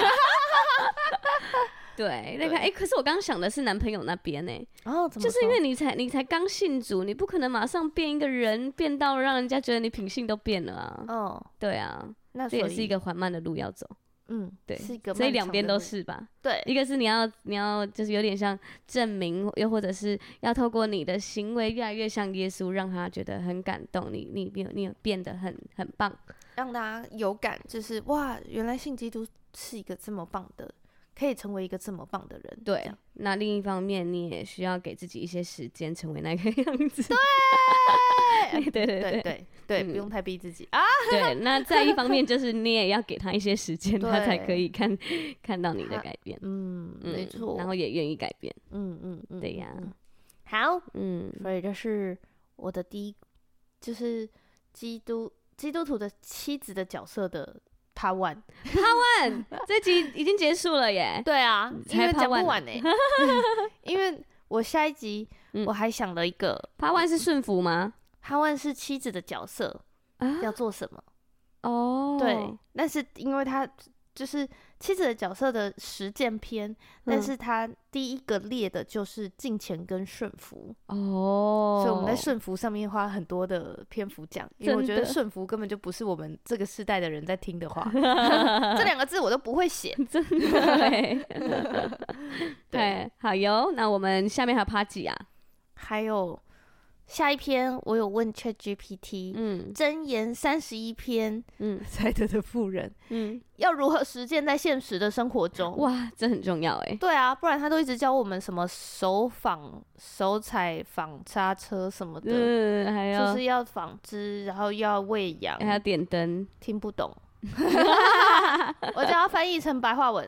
[SPEAKER 2] 对那个
[SPEAKER 1] 对
[SPEAKER 2] 哎，可是我刚想的是男朋友那边呢，
[SPEAKER 1] 哦，怎么
[SPEAKER 2] 就是
[SPEAKER 1] 说
[SPEAKER 2] 因为你才你才刚信主，你不可能马上变一个人，变到让人家觉得你品性都变了啊。
[SPEAKER 1] 哦，
[SPEAKER 2] 对啊，
[SPEAKER 1] 那
[SPEAKER 2] 这
[SPEAKER 1] 所
[SPEAKER 2] 也
[SPEAKER 1] 以
[SPEAKER 2] 是一个缓慢的路要走，
[SPEAKER 1] 嗯，
[SPEAKER 2] 对
[SPEAKER 1] 是一个
[SPEAKER 2] 所以
[SPEAKER 1] 漫
[SPEAKER 2] 两
[SPEAKER 1] 长
[SPEAKER 2] 边
[SPEAKER 1] 的
[SPEAKER 2] 都
[SPEAKER 1] 路
[SPEAKER 2] 是吧。
[SPEAKER 1] 对，
[SPEAKER 2] 一个是你要你要就是有点像证明，又或者是要透过你的行为越来越像耶稣，让他觉得很感动，你你你有你有变得很很棒。
[SPEAKER 1] 让大家有感，就是哇，原来信基督是一个这么棒的，可以成为一个这么棒的人。这
[SPEAKER 2] 对
[SPEAKER 1] 样，
[SPEAKER 2] 那另一方面，你也需要给自己一些时间，成为那个 样子。 对，对对
[SPEAKER 1] 对
[SPEAKER 2] 对
[SPEAKER 1] 对对，
[SPEAKER 2] 嗯
[SPEAKER 1] 不用太逼自己啊。
[SPEAKER 2] 对。那在一方面，就是你也要给他一些时间，他才
[SPEAKER 1] 对
[SPEAKER 2] 可以看看到你的
[SPEAKER 1] 他
[SPEAKER 2] 改变，
[SPEAKER 1] 嗯，没
[SPEAKER 2] 嗯
[SPEAKER 1] 错。
[SPEAKER 2] 然后也愿意改变。
[SPEAKER 1] 嗯嗯嗯，
[SPEAKER 2] 对呀
[SPEAKER 1] 嗯。好，
[SPEAKER 2] 嗯，
[SPEAKER 1] 所以这是我的第一，就是基督基督徒的妻子的角色的 Part One。
[SPEAKER 2] 看
[SPEAKER 1] 啊
[SPEAKER 2] 这集已经结束了耶。
[SPEAKER 1] 对啊，因
[SPEAKER 2] 才
[SPEAKER 1] 为
[SPEAKER 2] Part
[SPEAKER 1] 讲
[SPEAKER 2] One
[SPEAKER 1] 不完呢、因为我下一集
[SPEAKER 2] 嗯
[SPEAKER 1] 我还想了一个，
[SPEAKER 2] Part One 是顺服吗？
[SPEAKER 1] 哈万是妻子的角色
[SPEAKER 2] 啊，
[SPEAKER 1] 要做什么？
[SPEAKER 2] 哦，
[SPEAKER 1] 对，但是因为他就是妻子的角色的实践篇，但
[SPEAKER 2] 嗯
[SPEAKER 1] 是他第一个列的就是敬虔跟顺服，
[SPEAKER 2] 哦，
[SPEAKER 1] 所以我们在顺服上面花很多的篇幅讲，因为我
[SPEAKER 2] 真
[SPEAKER 1] 觉得
[SPEAKER 2] 的
[SPEAKER 1] 顺服根本就不是我们这个世代的人在听的话，这两个字我都不会写。
[SPEAKER 2] 真的欸
[SPEAKER 1] 对
[SPEAKER 2] 对，好哟。那我们下面还有 part 几啊？
[SPEAKER 1] 还有下一篇，我有问 ChatGPT。
[SPEAKER 2] 嗯
[SPEAKER 1] 箴言三十一 篇，
[SPEAKER 2] 嗯
[SPEAKER 1] 赛德的妇人
[SPEAKER 2] 嗯，
[SPEAKER 1] 要如何实践在现实的生活中？
[SPEAKER 2] 哇，这很重要哎。
[SPEAKER 1] 对啊，不然他都一直教我们什么手纺、手采纺纱车什么的，
[SPEAKER 2] 嗯，还
[SPEAKER 1] 就
[SPEAKER 2] 有
[SPEAKER 1] 是要纺织，然后要喂养，
[SPEAKER 2] 还有点灯，
[SPEAKER 1] 听不 懂。我叫他翻译成白话文，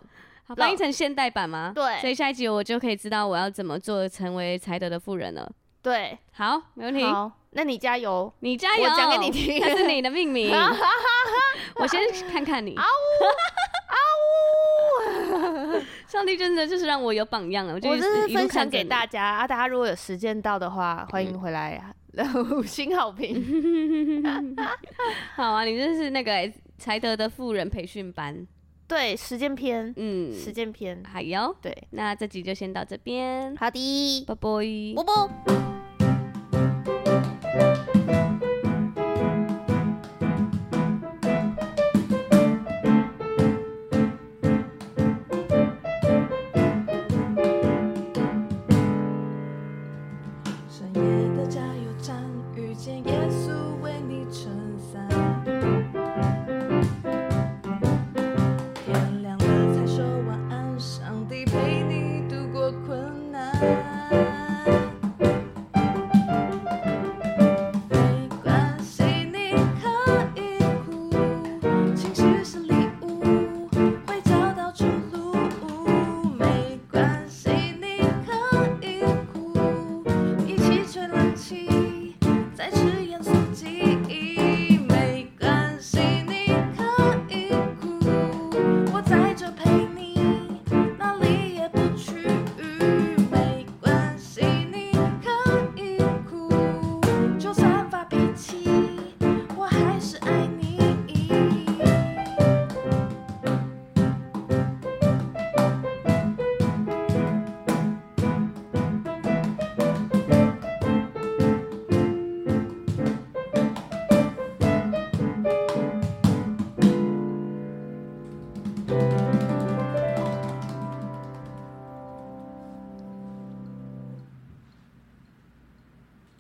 [SPEAKER 2] 好
[SPEAKER 1] 老
[SPEAKER 2] 翻译成现代版吗？
[SPEAKER 1] 对
[SPEAKER 2] 所以下一集我就可以知道我要怎么做成为才德的富人了。
[SPEAKER 1] 对，
[SPEAKER 2] 好，没问题，
[SPEAKER 1] 好，那你加油，
[SPEAKER 2] 你加油，
[SPEAKER 1] 我讲给你听
[SPEAKER 2] 那是你 的命 名。我先看看
[SPEAKER 1] 啊
[SPEAKER 2] 你。 上帝真的就是让我有榜样了，啊我就
[SPEAKER 1] 我
[SPEAKER 2] 一
[SPEAKER 1] 这
[SPEAKER 2] 直
[SPEAKER 1] 是
[SPEAKER 2] 一路
[SPEAKER 1] 分享
[SPEAKER 2] 看着
[SPEAKER 1] 给
[SPEAKER 2] 你嗯
[SPEAKER 1] 大家啊，大家如果有时间到的话，欢迎回来 啊，五星好评，
[SPEAKER 2] 好啊，你这是那个欸才德的富人培训班，
[SPEAKER 1] 对，时间篇，
[SPEAKER 2] 嗯，
[SPEAKER 1] 时间篇，
[SPEAKER 2] 好哟。
[SPEAKER 1] 对，
[SPEAKER 2] 那这集就先到这边，
[SPEAKER 1] 好的，
[SPEAKER 2] 拜拜。
[SPEAKER 1] 波波。
[SPEAKER 2] 拜